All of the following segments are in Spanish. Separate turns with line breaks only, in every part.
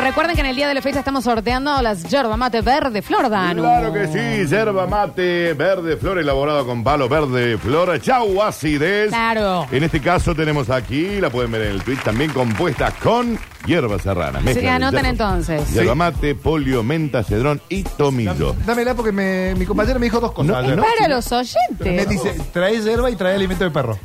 recuerden que en el día de la fecha estamos sorteando las yerba mate verde flor, Danu.
Claro que sí, yerba mate, verde flor, elaborado con palo verde flor, chau acidez.
Claro.
En este caso tenemos aquí, la pueden ver en el tweet, también compuestas con hierba serrana.
Así que anoten entonces.
Yerba mate, polio, menta, cedrón y tomillo.
Dámela porque me- mi compañero me dijo dos cosas.
No,
ayer.
no.
Para los
Me
oyentes.
dice, trae hierba y trae alimento de perro.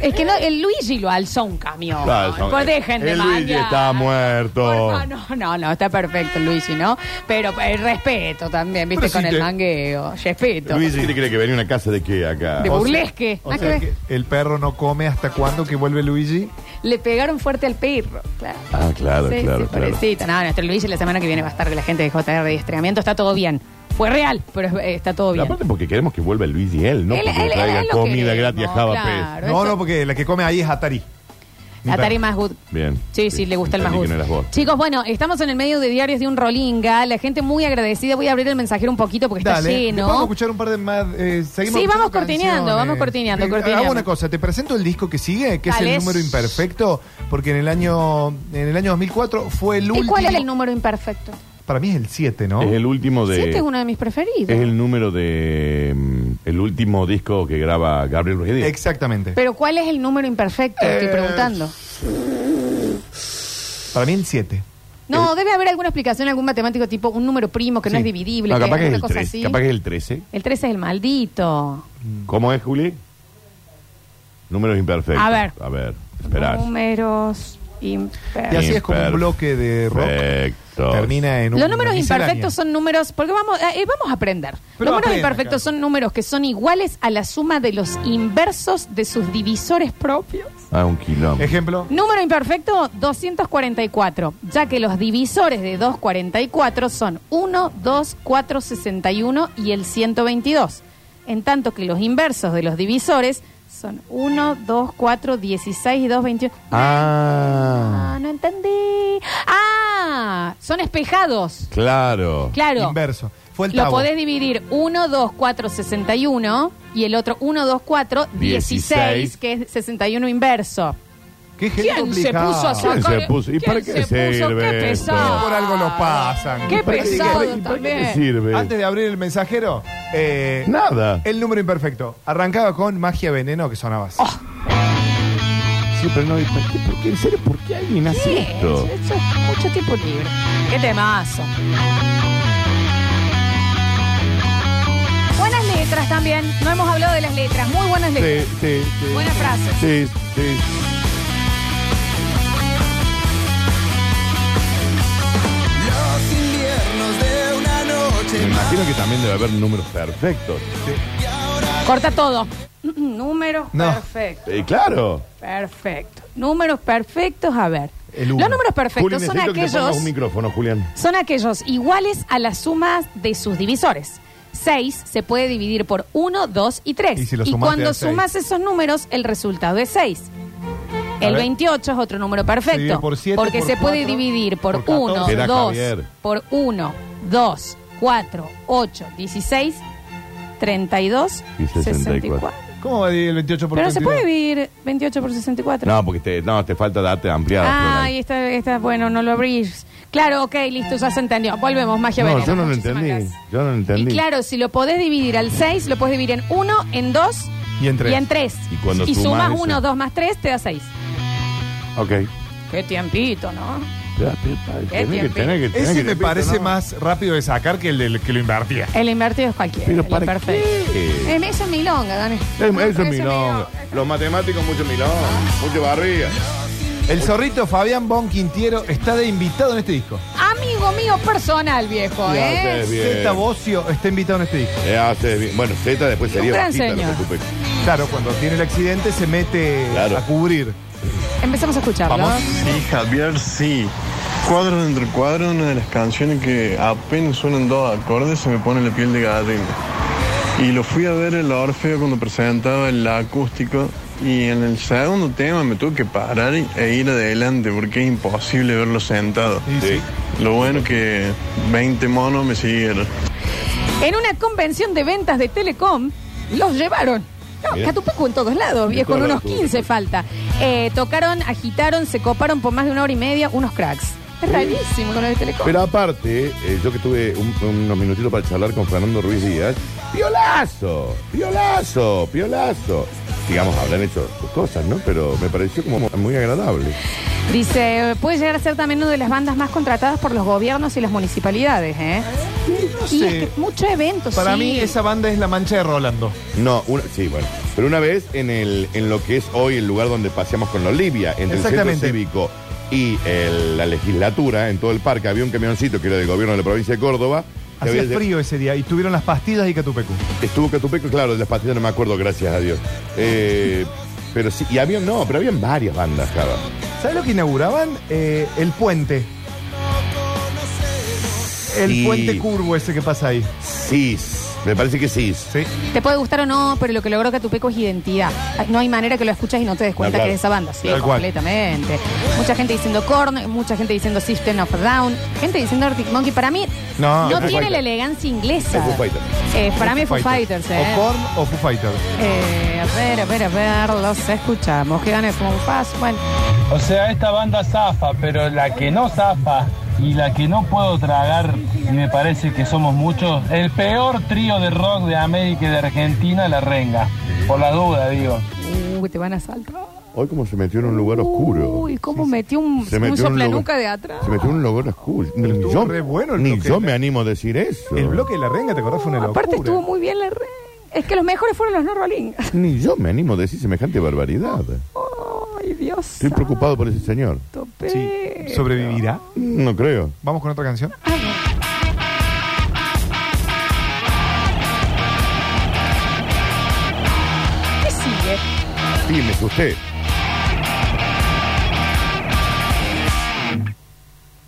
Es que no, el Luigi lo alzó un camión.
Claro, Ah, son-
Pues dejen de
el Luigi
mañar.
está muerto.
Porfa, no, no, no, está perfecto Luigi, ¿no? Pero el respeto también, viste,
Pero
con
sí
el
te-
mangueo. Respeto.
Luigi, ¿qué te cree que venía una casa de qué acá?
De burlesque.
O
Nada que
sea
ver.
que el perro no come hasta cuándo que vuelve Luigi.
Le pegaron fuerte al perro. Claro.
Ah,
Sí,
claro, claro,
sí,
claro.
pobrecito. No, nuestro Luigi la semana que viene va a estar con la gente de JR de estrenamiento. Está todo bien. Fue real, pero eh, está todo bien.
Aparte porque queremos que vuelva Luigi él, no
Él-
porque
él-
traiga
él lo
comida gratis a
queremos,
Java
claro. Pero
no,
eso-
no, porque la que come ahí es Atari. Mi
Atari
perro.
más good.
Bien.
Sí, sí, le gusta el más
Entendí
good.
que no eras vos.
Chicos, bueno, estamos en el medio de diarios de un rolinga. La gente muy agradecida. Voy a abrir el mensajero un poquito porque
Dale,
está
después vamos a
lleno.
escuchar un par de más. eh, seguimos
Sí, vamos
escuchando
cortineando,
canciones.
vamos cortineando,
Eh,
cortineando.
Hago una cosa, te presento el disco que sigue, que
Dale.
es el número imperfecto, porque en el año en el año 2004 fue el
¿Y
último.
cuál es el número imperfecto?
Para mí es el 7, ¿no?
Es el último de...
Siete este es uno de mis preferidos.
Es el número de. mm, El último disco que graba Gabriel Ruiz.
Exactamente.
Pero ¿cuál es el número imperfecto? Estoy
Eh,
preguntando.
Para mí el 7.
No, debe haber alguna explicación, algún matemático tipo un número primo que no
Sí.
es dividible,
No, capaz que es
alguna
el
cosa
13.
así.
Capaz que es el 13.
El 13 es el maldito.
¿Cómo es, Juli? Números imperfectos.
A ver.
A ver, esperar.
Números
Y
imperfectos.
así es como un bloque de rock.
Perfectos.
Termina en un
Los números
una miscelánea.
imperfectos son números, porque vamos, eh, vamos a aprender.
Pero
números
aprenda,
imperfectos
Carlos.
son números que son iguales a la suma de los inversos de sus divisores propios.
Ah, un kilómetro.
Ejemplo.
Número imperfecto 244, ya que los divisores de 244 son 1, 2, 4, 61 y el 122, en tanto que los inversos de los divisores son 1, 2, 4, 16 y 2, 21.
Ah,
Ah, no entendí. Ah, son espejados.
claro.
Claro.
Inverso. Fue el
Lo
tabo.
podés dividir 1, 2, 4, 61 y el otro 1, 2, 4, 16,
Dieciséis.
que es 61 inverso.
Qué gente
¿Quién se
complicada.
puso a sacar?
¿Quién se puso? ¿Y
¿Quién
para qué
se
sirve
puso? ¡Qué
esto?
pesado!
Por algo lo pasan.
¡Qué
¿Para qué-
pesado
¿Y para qué te
también!
sirve?
Antes de abrir el mensajero, eh,
Nada.
el número imperfecto. Arrancaba con Magia Veneno, que sonaba así.
Oh.
Sí, pero no, ¿y para qué? ¿Por qué? ¿En serio? ¿Por qué alguien hace
Sí, eso
esto?
eso es mucho tiempo libre. ¡Qué temazo! Buenas letras también. No hemos hablado de las letras. Muy buenas letras.
Sí, sí, sí.
Buenas frases.
Sí, sí.
Los inviernos de una
Me
noche más.
imagino que también debe haber números perfectos.
Corta todo. Números
No.
perfectos.
Eh, claro.
Perfecto. Números perfectos, a ver.
El uno.
Los números perfectos
Juli,
son
necesito que te pongas
aquellos.
un micrófono, Julián.
son aquellos iguales a las sumas de sus divisores. 6 se puede dividir por 1, 2 y 3.
Y si lo sumás, te
cuando
da seis.
sumas esos números, el resultado es 6.
A
El
ver.
28 es otro número
Se
perfecto.
divide por siete,
porque
por
se puede
cuatro,
dividir por
por
1,
catorce.
Era
2,
Javier.
por 1, 2, 4, 8, 16, 32,
Y
64.
64.
¿Cómo va a dividir el 28 por
Pero no se
32?
puede dividir 28 por 64.
No, porque te, no, te falta darte ampliada.
Ah,
Flor.
y esta, esta, bueno, no lo abrís. Claro, ok, listo, ya se entendió. Volvemos, magia
No,
veneno.
yo no lo
Muchísimas
entendí,
gracias.
yo no lo entendí.
Y claro, si lo podés dividir al 6, lo podés dividir en 1, en 2
Y en tres.
Y, en tres.
Y cuando sumás
sumás
ese-
1, 2 más 3, te da 6.
Ok.
Qué tiempito, ¿no?
Ya, ya, ya, tenés que-
tiempito.
tenés que- tenés
Ese
que-
me parece
no.
más rápido de sacar que el del que lo invertía.
El invertido es cualquiera.
Pero
el
¿para
perfecto.
qué?
Em, Eso es milonga, Dani.
Eso es milonga. Los matemáticos, mucho milonga. Mucho barriga.
El zorrito Fabián Bon Quintiero está de invitado en este disco.
Amigo mío personal, viejo,
Ya
¿eh?
sé, bien.
Zeta Bocio está invitado en este disco.
Eh, hace bien. Bueno, Z después sería
Un gran
bajista, no te
señor.
preocupes.
Claro, cuando tiene el accidente se mete
Claro.
a cubrir.
Empezamos a escucharlo.
Sí, Javier, sí. Cuadro entre cuadro, una de las canciones que apenas suenan dos acordes se me pone la piel de gallina. Y lo fui a ver en la Orfeo cuando presentaba el acústico y en el segundo tema me tuve que parar y- e ir adelante porque es imposible verlo sentado.
Sí.
Lo bueno que 20 monos me siguieron.
En una convención de ventas de Telecom, los llevaron. No,
Bien.
Catupecu en todos lados, viejo, con
todos
unos
lados,
15 falta. Eh, tocaron, agitaron, se coparon por más de una hora y media unos cracks. Es rarísimo con el telecom.
Pero aparte, eh, yo que tuve un- unos minutitos para charlar con Fernando Ruiz Díaz, piolazo, piolazo, piolazo. Digamos, habrán hecho sus cosas, ¿no? Pero me pareció como muy agradable.
Dice, puede llegar a ser también una de las bandas más contratadas por los gobiernos y las municipalidades, ¿eh?
No
Y es
sé.
que muchos eventos,
Para
sí.
mí esa banda es la mancha de Rolando.
No, una, sí, bueno. Pero una vez en, el, en lo que es hoy el lugar donde paseamos con la Olivia, entre el centro
Exactamente.
cívico y el- la legislatura, en todo el parque, había un camioncito que era del gobierno de la provincia de Córdoba. que
Hacía
había-
frío ese día y tuvieron las pastillas y Catupecu.
Estuvo Catupeco, claro, de las pastillas no me acuerdo, gracias a Dios. Eh, pero sí, y había, no, pero habían varias bandas, Java.
¿Sabes lo que inauguraban? Eh, el puente. El
Sí.
puente curvo ese que pasa ahí.
Cis, me parece que cis.
Sí.
Te puede gustar o no, pero lo que logró Catupeco es identidad. Ay, No hay manera que lo escuchas y no te des cuenta
No, claro.
que es esa banda. Sí,
Tal cual.
completamente. Mucha gente diciendo Korn, mucha gente diciendo System of a Down, gente diciendo Arctic Monkey. Para mí
No,
no,
es Foo
tiene
Fighters.
la elegancia inglesa.
Es Foo Fighters.
Eh, para mí es Foo Fighters, ¿eh?
O Korn o Foo Fighters.
Eh, a ver, a ver, a ver, los escuchamos. Que gane Foo Fighters. Bueno,
O sea, esta banda zafa, pero la que no zafa y la que no puedo tragar, y me parece que somos muchos, el peor trío de rock de América y de Argentina, La Renga. Por la duda, digo.
uy, te van a saltar.
Hoy como se metió en un lugar oscuro.
Uy, cómo metió un,
Se
un
metió en un
soplanuca
lugar-
de atrás.
Se metió en un lugar oscuro. Ni
estuvo
yo,
re bueno el
ni
bloque.
yo me animo a decir eso.
El bloque de la renga, ¿te acordás? Fue una locura.
Aparte estuvo muy bien la red. Es que los mejores fueron los no rolling.
Ni yo me animo a decir semejante barbaridad.
Ay, Dios.
Estoy preocupado por ese señor.
santo,
Sí.
Pedro.
¿Sobrevivirá?
No creo.
Vamos con otra canción.
¿Qué sigue?
Sí, me asusté.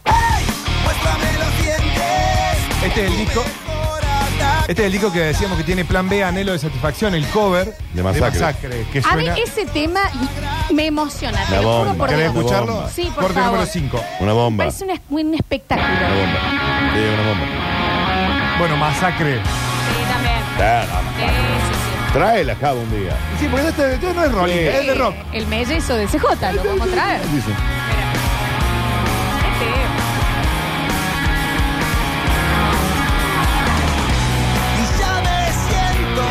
Muéstrame los dientes.
Este es el disco. Este es el disco que decíamos que tiene plan B, anhelo de satisfacción, el cover
De Masacre.
que
A mí
suena.
ese tema me emociona. Te
La
lo juro
bomba.
por
¿Querés
Dios.
escucharlo?
Sí, por
Corte
favor.
número 5.
Una bomba.
Parece un, es- un espectáculo.
Una bomba. Sí, una bomba.
Bueno, Masacre.
Sí, también.
Claro, vamos.
Sí, sí, sí.
Tráela acá un día.
Sí, porque este, no es rolling, es de
Eh,
rock.
El mellezo de CJ, lo vamos a traer.
Dice.
Y ya me siento.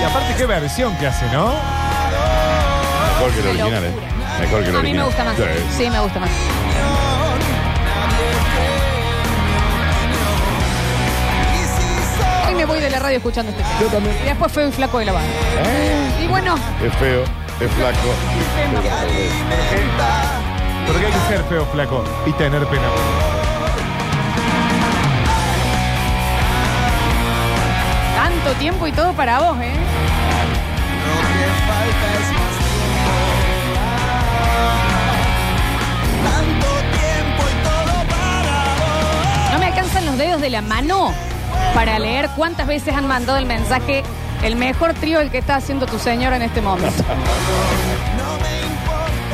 Y aparte, qué versión que hace, ¿no?
Mejor que el
Una
original, ¿eh?
locura.
Mejor que el original.
A mí me gusta más.
Sí.
Sí, me gusta más.
Y si soy
Hoy me voy de la radio escuchando este tema. Yo también. Y después fue un flaco de la banda.
Eh,
Y bueno,
Es feo, es flaco.
Porque hay que ser feo, flaco y tener pena.
tanto tiempo y todo para vos, ¿eh?
lo que falta es más tiempo. Tanto tiempo y todo para vos.
No me alcanzan los dedos de la mano para leer cuántas veces han mandado el mensaje el mejor trío el que está haciendo tu señor en este momento.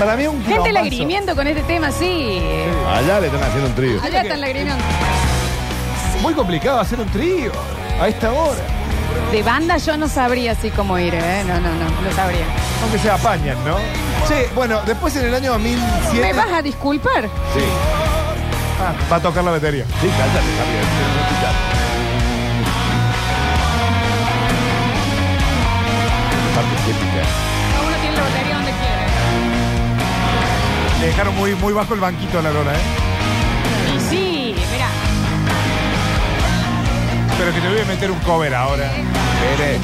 Para mí, un
Gente
quilombazo.
lagrimiendo con este tema, sí.
Allá le están haciendo un trío.
Allá están lagrimiendo.
Muy complicado hacer un trío a esta hora.
De banda yo no sabría así cómo ir, ¿eh? No, no, no, no sabría.
Aunque se apañan, ¿no? Sí, bueno, después en el año
¿Me
2007
vas a disculpar?
Sí.
Ah, va a tocar la batería.
Sí, cállate, Javier. Parte estética.
Cada uno tiene la batería donde quiere.
Le dejaron muy, muy bajo el banquito a la lona, ¿eh?
Y sí, mira.
Pero que te voy a meter un cover ahora.
Pérez.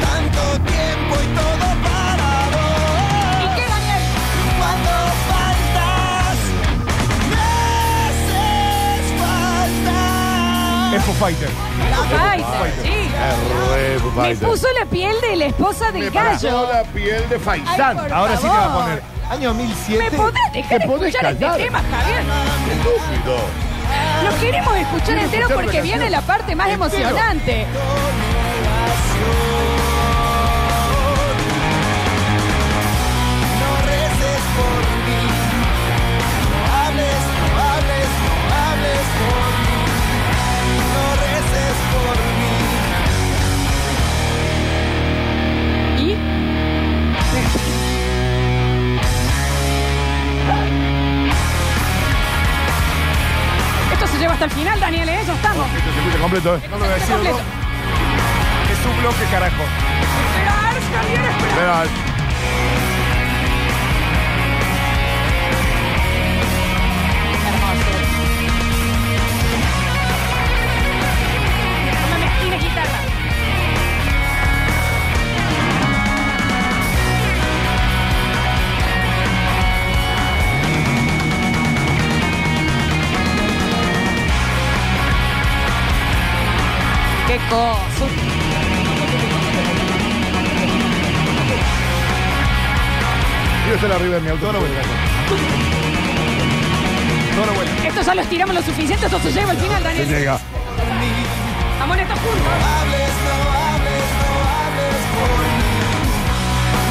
Tanto tiempo y todo para vos.
¿Y qué, Daniel?
Cuando faltas, me haces falta.
Es Foo Fighter.
Pfizer, sí.
Arre, Foo
Me
Fighters.
puso la piel de la esposa del
Me pasó
gallo.
la piel de Faisán.
Ay, por-
Ahora sí te va a
favor.
poner. Año 2007.
¿Me podés dejar
¿Me podés
escuchar
callar?
este tema, Javier?
Estúpido.
Lo queremos escuchar entero
escuchar
porque
la
viene
canción.
la parte más
Entero.
emocionante.
No reces por mí. No hables, no hables, no hables por mí. No reces por mí.
Y final, Daniel, ¿eh? Ya estamos.
Esto se escucha completo, ¿eh?
No lo voy a decir,
Completo.
no. Es un bloque, carajo.
Esperar, Javier, esperar.
Esperar.
Hermoso. Una mezquina guitarra. Qué cosa.
Quiero estar arriba de mi auto.
Todo lo bueno. Todo lo bueno.
Esto ya lo estiramos lo suficiente, esto se lleva al final,
Se
Daniel.
llega.
Amor, esto juntos.
hables, no hables, no hables por mí.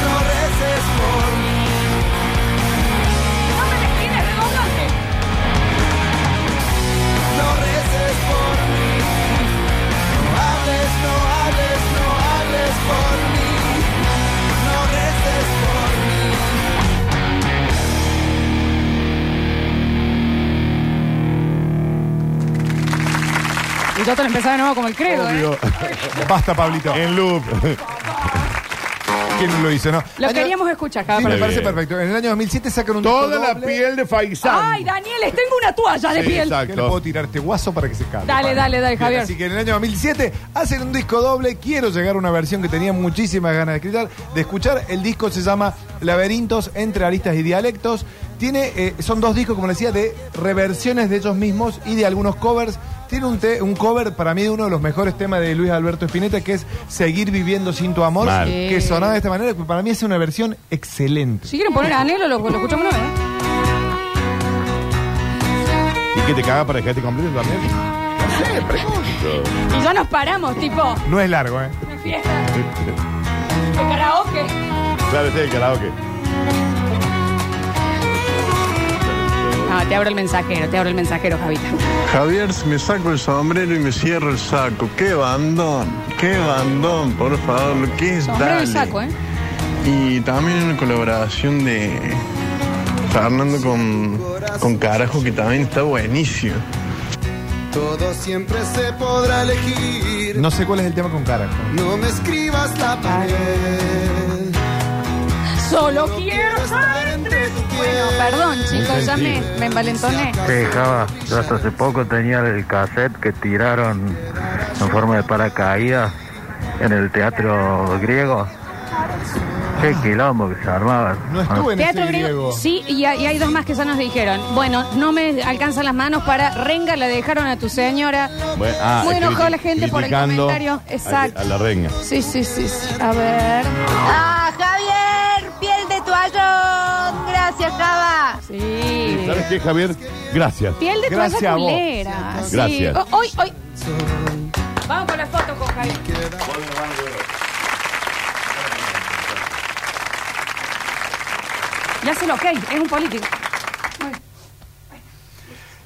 No reces por mí.
No me destines, redondante.
No reces por mí. No hables, no hables, no hables por mí. No reces por mí.
Y yo te lo empezaba de nuevo como el credo, ¿eh?
Obvio.
Basta, Pablito. Eh,
En loop.
¿Quién lo hizo, no?
Lo
Año-
queríamos escuchar, cada
Sí, me
Está
persona.
parece
bien.
perfecto. En el año 2007 sacan un
Toda
disco
la
doble.
piel de Faisán.
Ay, Daniel, les tengo una toalla de
Sí,
piel.
exacto.
¿Qué le puedo tirar este guaso para que se calme?
Dale,
Pablo?
dale, dale,
Bien,
Javier.
Así que en el año 2007 hacen un disco doble. Quiero llegar a una versión que tenía muchísimas ganas de escuchar. De escuchar. El disco se llama Laberintos entre aristas y dialectos. Tiene, eh, son dos discos, como les decía, de reversiones de ellos mismos y de algunos covers. Tiene un, te- un cover para mí de uno de los mejores temas de Luis Alberto Spinetta, que es Seguir viviendo sin tu amor,
Mal.
que sonaba de esta manera, que para mí es una versión excelente.
Si quieren poner anhelo, lo, lo escuchamos ¿eh? una vez.
¿Y qué te caga para dejarte completo también? No sé, pregunto.
Y ya nos paramos, tipo,
No es largo, ¿eh?
una fiesta, de karaoke.
Claro, este es el karaoke.
No, te abro el mensajero, te abro el mensajero, Javita.
Javier, me saco el sombrero y me cierro el saco. ¡Qué bandón! ¡Qué bandón! Por favor, lo que es
Sombrero y
dale.
saco, ¿eh?
Y también una colaboración de Fernando con, con Carajo, que también está buenísimo.
Todo siempre se podrá elegir.
No sé cuál es el tema con cara.
No me escribas la pared.
Solo quiero estar entre tus- Bueno, perdón, chicos, ya me, me envalentoné.
Sí, Java, yo hasta hace poco tenía el cassette que tiraron en forma de paracaídas en el teatro griego. Qué quilombo que se armaba.
No estuve en
Teatro
ese
griego.
griego.
Sí, y, hay- y hay dos más que ya nos dijeron. Bueno, no me alcanzan las manos para renga, la dejaron a tu señora.
Bueno, ah,
Muy enojada
criti-
la gente por el
criticando
comentario.
a-
Exacto.
A, la renga.
Sí, sí, sí, sí. A ver.
¡Ah, Javier! ¡Piel de toallón! Gracias, Java.
Sí.
¿Sabes qué, Javier? Gracias.
Piel de
Gracias
toalla
a vos.
culera. sí.
Gracias.
O- Hoy, hoy. Vamos con las fotos con Javier. Ya se lo ok, es un político.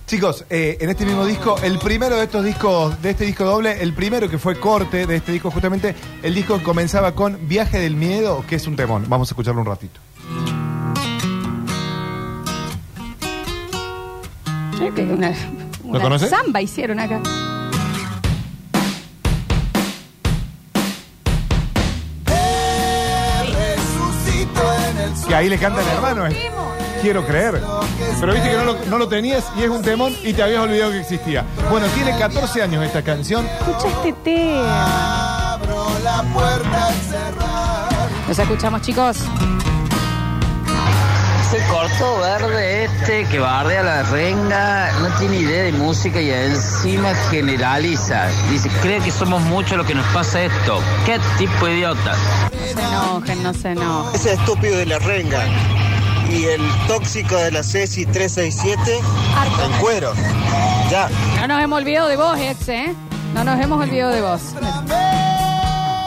Chicos, eh, en este mismo disco, el primero de estos discos, de este disco doble, el primero que fue corte de este disco, justamente, el disco comenzaba con Viaje del Miedo, que es un temón. Vamos a escucharlo un ratito.
Creo que Una, una
conoces?
Samba hicieron acá.
Resucito en el
Que ahí le canta el hermano, eh. Quiero creer. Pero viste que no lo, no lo tenías y es un temón y te habías olvidado que existía. Bueno, tiene 14 años esta canción.
Escucha este tema.
abro la puerta al cerrar.
Los escuchamos, chicos.
Ese corto verde este que bardea la renga no tiene idea de música y encima generaliza. Dice, cree que somos muchos los que nos pasa esto. Qué tipo de idiota.
No se enojen, no se enojen.
Ese este estúpido de la renga y el tóxico de la Ceci 367 en cuero. Ya.
No nos hemos olvidado de vos, ex, ¿eh? No nos hemos olvidado de vos.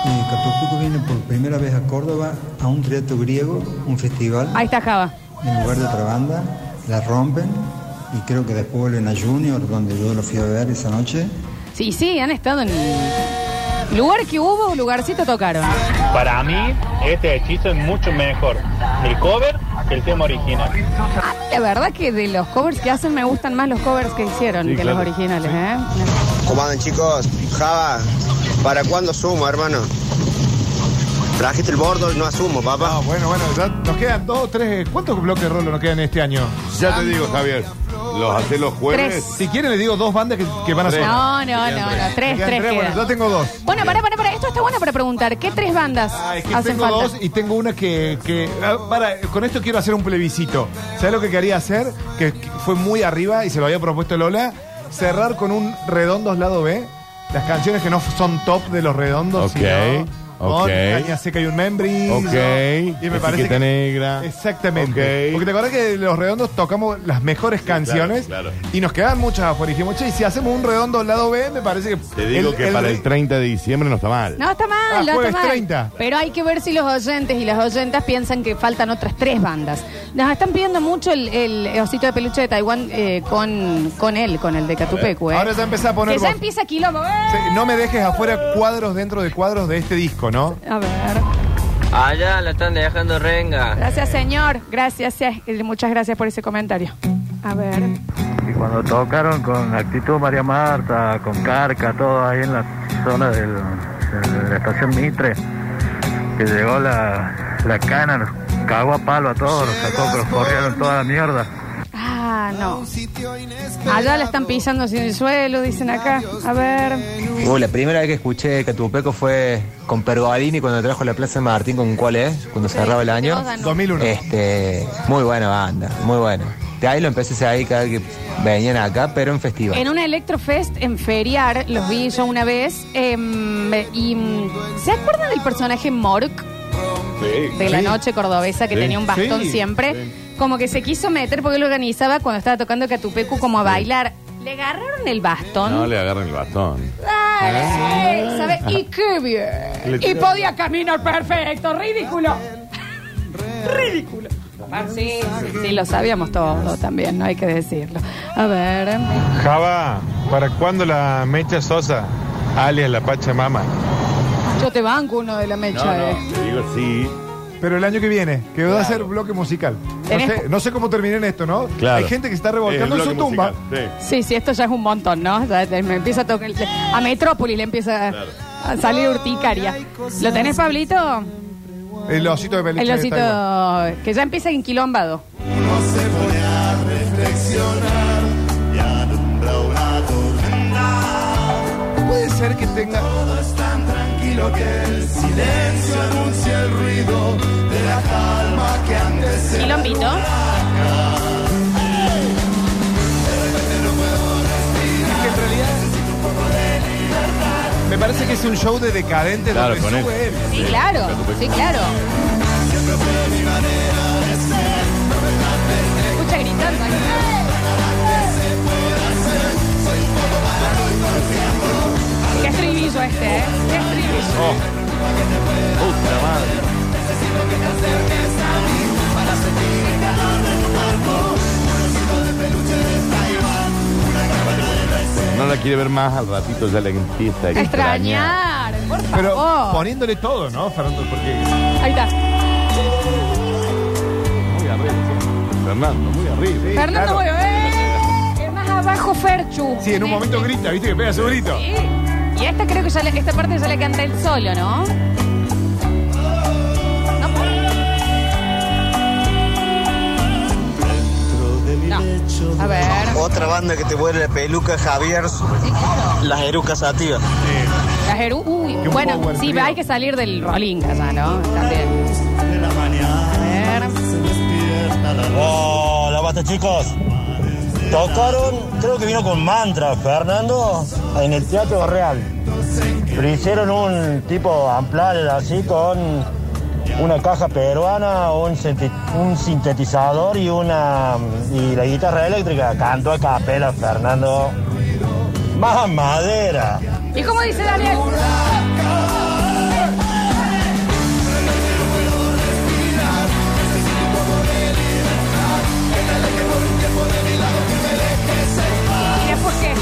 Eh, Catupico viene por primera vez a Córdoba a un teatro griego, un festival,
Ahí está Java.
en lugar de otra banda, la rompen y creo que después vuelven a Junior, donde yo lo fui a ver esa noche.
Sí, sí, han estado en. Lugar que hubo, lugarcito tocaron.
Para mí, este hechizo es mucho mejor. El cover
que el tema original.
Ah, La verdad que de los covers que hacen me gustan más los covers que hicieron
Sí,
que
claro.
los originales, ¿eh?
¿Cómo andan, chicos? Java, ¿para cuándo sumo, hermano? Trajiste el bordo y no asumo, papá.
No, Ah, bueno, bueno, ya nos quedan dos, tres. eh, ¿Cuántos bloques de rolo nos quedan este año?
Ya te digo, Javier. Los hace los jueves.
Tres.
Si quieren, le digo dos bandas que, que van a
Tres.
sonar.
No, no, no, no, tres,
Quedan
tres
Bueno, yo
quedan.
tengo dos.
Bueno, pará, pará, pará, esto está bueno para preguntar. ¿Qué tres bandas
Ah, es que
hacen
tengo
falta?
dos y tengo una que. que- ah, para, con esto quiero hacer un plebiscito. ¿Sabes lo que quería hacer? Que, que fue muy arriba y se lo había propuesto Lola. Cerrar con un redondos lado B. Las canciones que no son top de los redondos.
Ok,
sino con
ok.
Caña Seca y un Membris.
Ok.
Y me parece
Etiqueta
que.
negra.
Exactamente.
Ok.
Porque te acuerdas que los redondos tocamos las mejores canciones
claro.
y nos quedan muchas afuera. Y dijimos, che, y si hacemos un redondo lado B, me parece que.
Te digo que para el 30 de diciembre no está mal.
No, está mal,
Ah,
no,
jueves
está mal.
30.
Pero hay que ver si los oyentes y las oyentas piensan que faltan otras tres bandas. Nos están pidiendo mucho el, el osito de peluche de Taiwán eh, con, con él, con el de Catupecu, ¿eh?
Ahora ya empezás a poner.
que ya
voz.
empieza Quilombo. ¡eh!
Sí, no me dejes afuera cuadros dentro de cuadros de este disco, ¿no?
A ver.
Allá la están dejando renga.
Gracias, señor. Gracias, eh, muchas gracias por ese comentario. A ver.
Y cuando tocaron con actitud María Marta, con Carca, todo ahí en la zona del- de la estación Mitre, que llegó la, la cana, nos cagó a palo a todos, nos sacó, pero corrieron toda la mierda.
Ah, no. Allá la están pisando sin el suelo, dicen acá. A ver.
Uh, la primera vez que escuché Catupeco fue con Pergolini cuando trajo la Plaza de Martín con cuál es, cuando cerraba el año.
Todas, ¿no?
2001.
Eh.
Este, muy buena banda, muy buena. De ahí lo empecé a ahí cada vez que venían acá, pero en festival.
En una Electrofest en Feriar, los vi yo una vez. em, y mm, ¿Se acuerdan del personaje Mork de la
Sí.
noche cordobesa que
Sí.
tenía un bastón
Sí.
siempre? Como que se quiso meter porque él organizaba cuando estaba tocando Catupecu como a bailar. Le agarraron el bastón.
No le agarren el bastón.
Dale, ¿sabes? Y qué bien.
Ah. Le-
Y podía caminar perfecto. Ridículo. Ridículo. Ah, Sí, sí, sí, lo sabíamos todo también, no hay que decirlo. A ver.
Java, ¿para cuándo la mecha Sosa, alias la Pachamama?
Yo te banco uno de la mecha,
No,
eh.
no, te digo sí.
Pero el año que viene, que va a ser bloque musical. No
Tenés-
sé, no sé cómo terminé en esto, ¿no?
Claro.
Hay gente que se está revolcando
Es
en
el
su
bloque
tumba.
musical, sí.
Sí, sí, esto ya es un montón, ¿no? Ya te- me empieza a tocar. A Metrópolis le empieza a- a salir urticaria. ¿Lo tenés, Pablito?
El osito de peluche.
El
de
osito
Taiwán.
que ya empieza en quilombado.
Puede ser que tenga.
Quilombito.
que en realidad. Me parece que es un show de decadentes
Claro, con
donde
él.
sube él.
Sí, claro. Sí, claro. Escucha gritando. ahí. Qué estribillo este, ¿eh? Qué estribillo.
No la quiere ver más, al ratito ya la empieza a
A
extrañar.
extrañar. Por favor.
Oh, Pero poniéndole todo, ¿no, Fernando? Porque.
Ahí está.
Fernando, muy arriba.
Sí,
Fernando
claro.
Boyo. ¡eh! Es más abajo Ferchu. Este,
Sí, en un momento grita, ¿viste? Que pega su grito.
Sí. Y esta creo que ya le- esta parte ya la canta él solo, ¿no? No. No. A ver.
Otra banda que te vuelve la peluca, Javier,
Sí, claro.
las erucas sativas.
La Jeru- uy,
Que un
bueno,
power
sí,
trio.
hay que salir del rolling allá, ¿no? También. A ver.
Hola, basta chicos. Tocaron, creo que vino con mantra, Fernando, en el Teatro Real. Pero hicieron un tipo amplal así con una caja peruana, un, sinte- un sintetizador y una y la guitarra eléctrica. Canto a capela, Fernando. Más madera.
¿Y cómo dice Daniel? ¿Y es por qué?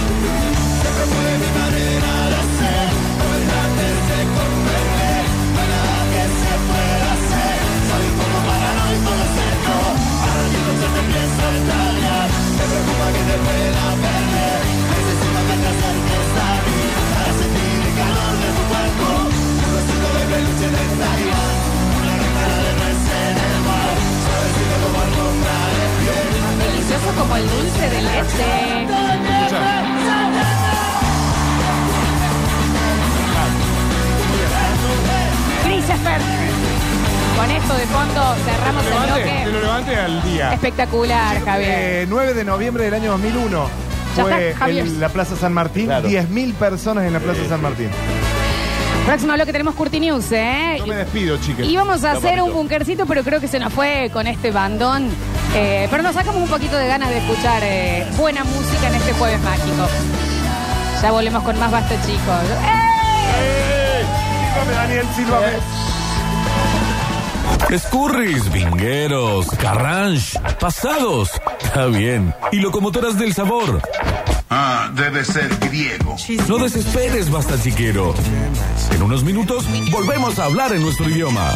de fondo, cerramos el
Levante, te lo
bloque.
levante al día.
Espectacular, Javier.
Eh, 9 de noviembre del año 2001
Ya
fue
está, Javier.
en la Plaza San Martín. 10.000 personas en la Plaza San Martín.
Próximo bloque tenemos Curti News, ¿eh?
Yo me despido, chicas.
Íbamos a hacer un bunkercito, pero creo que se nos fue con este bandón. Eh, pero nos sacamos un poquito de ganas de escuchar eh, buena música en este jueves mágico. Ya volvemos con más basta, chicos. ¡Eh!
Daniel Silva.
Escurris, vingueros, carranche, pasados. Está bien. Y locomotoras del sabor. Ah, debe ser griego. No desesperes, basta chiquero. En unos minutos volvemos a hablar en nuestro idioma.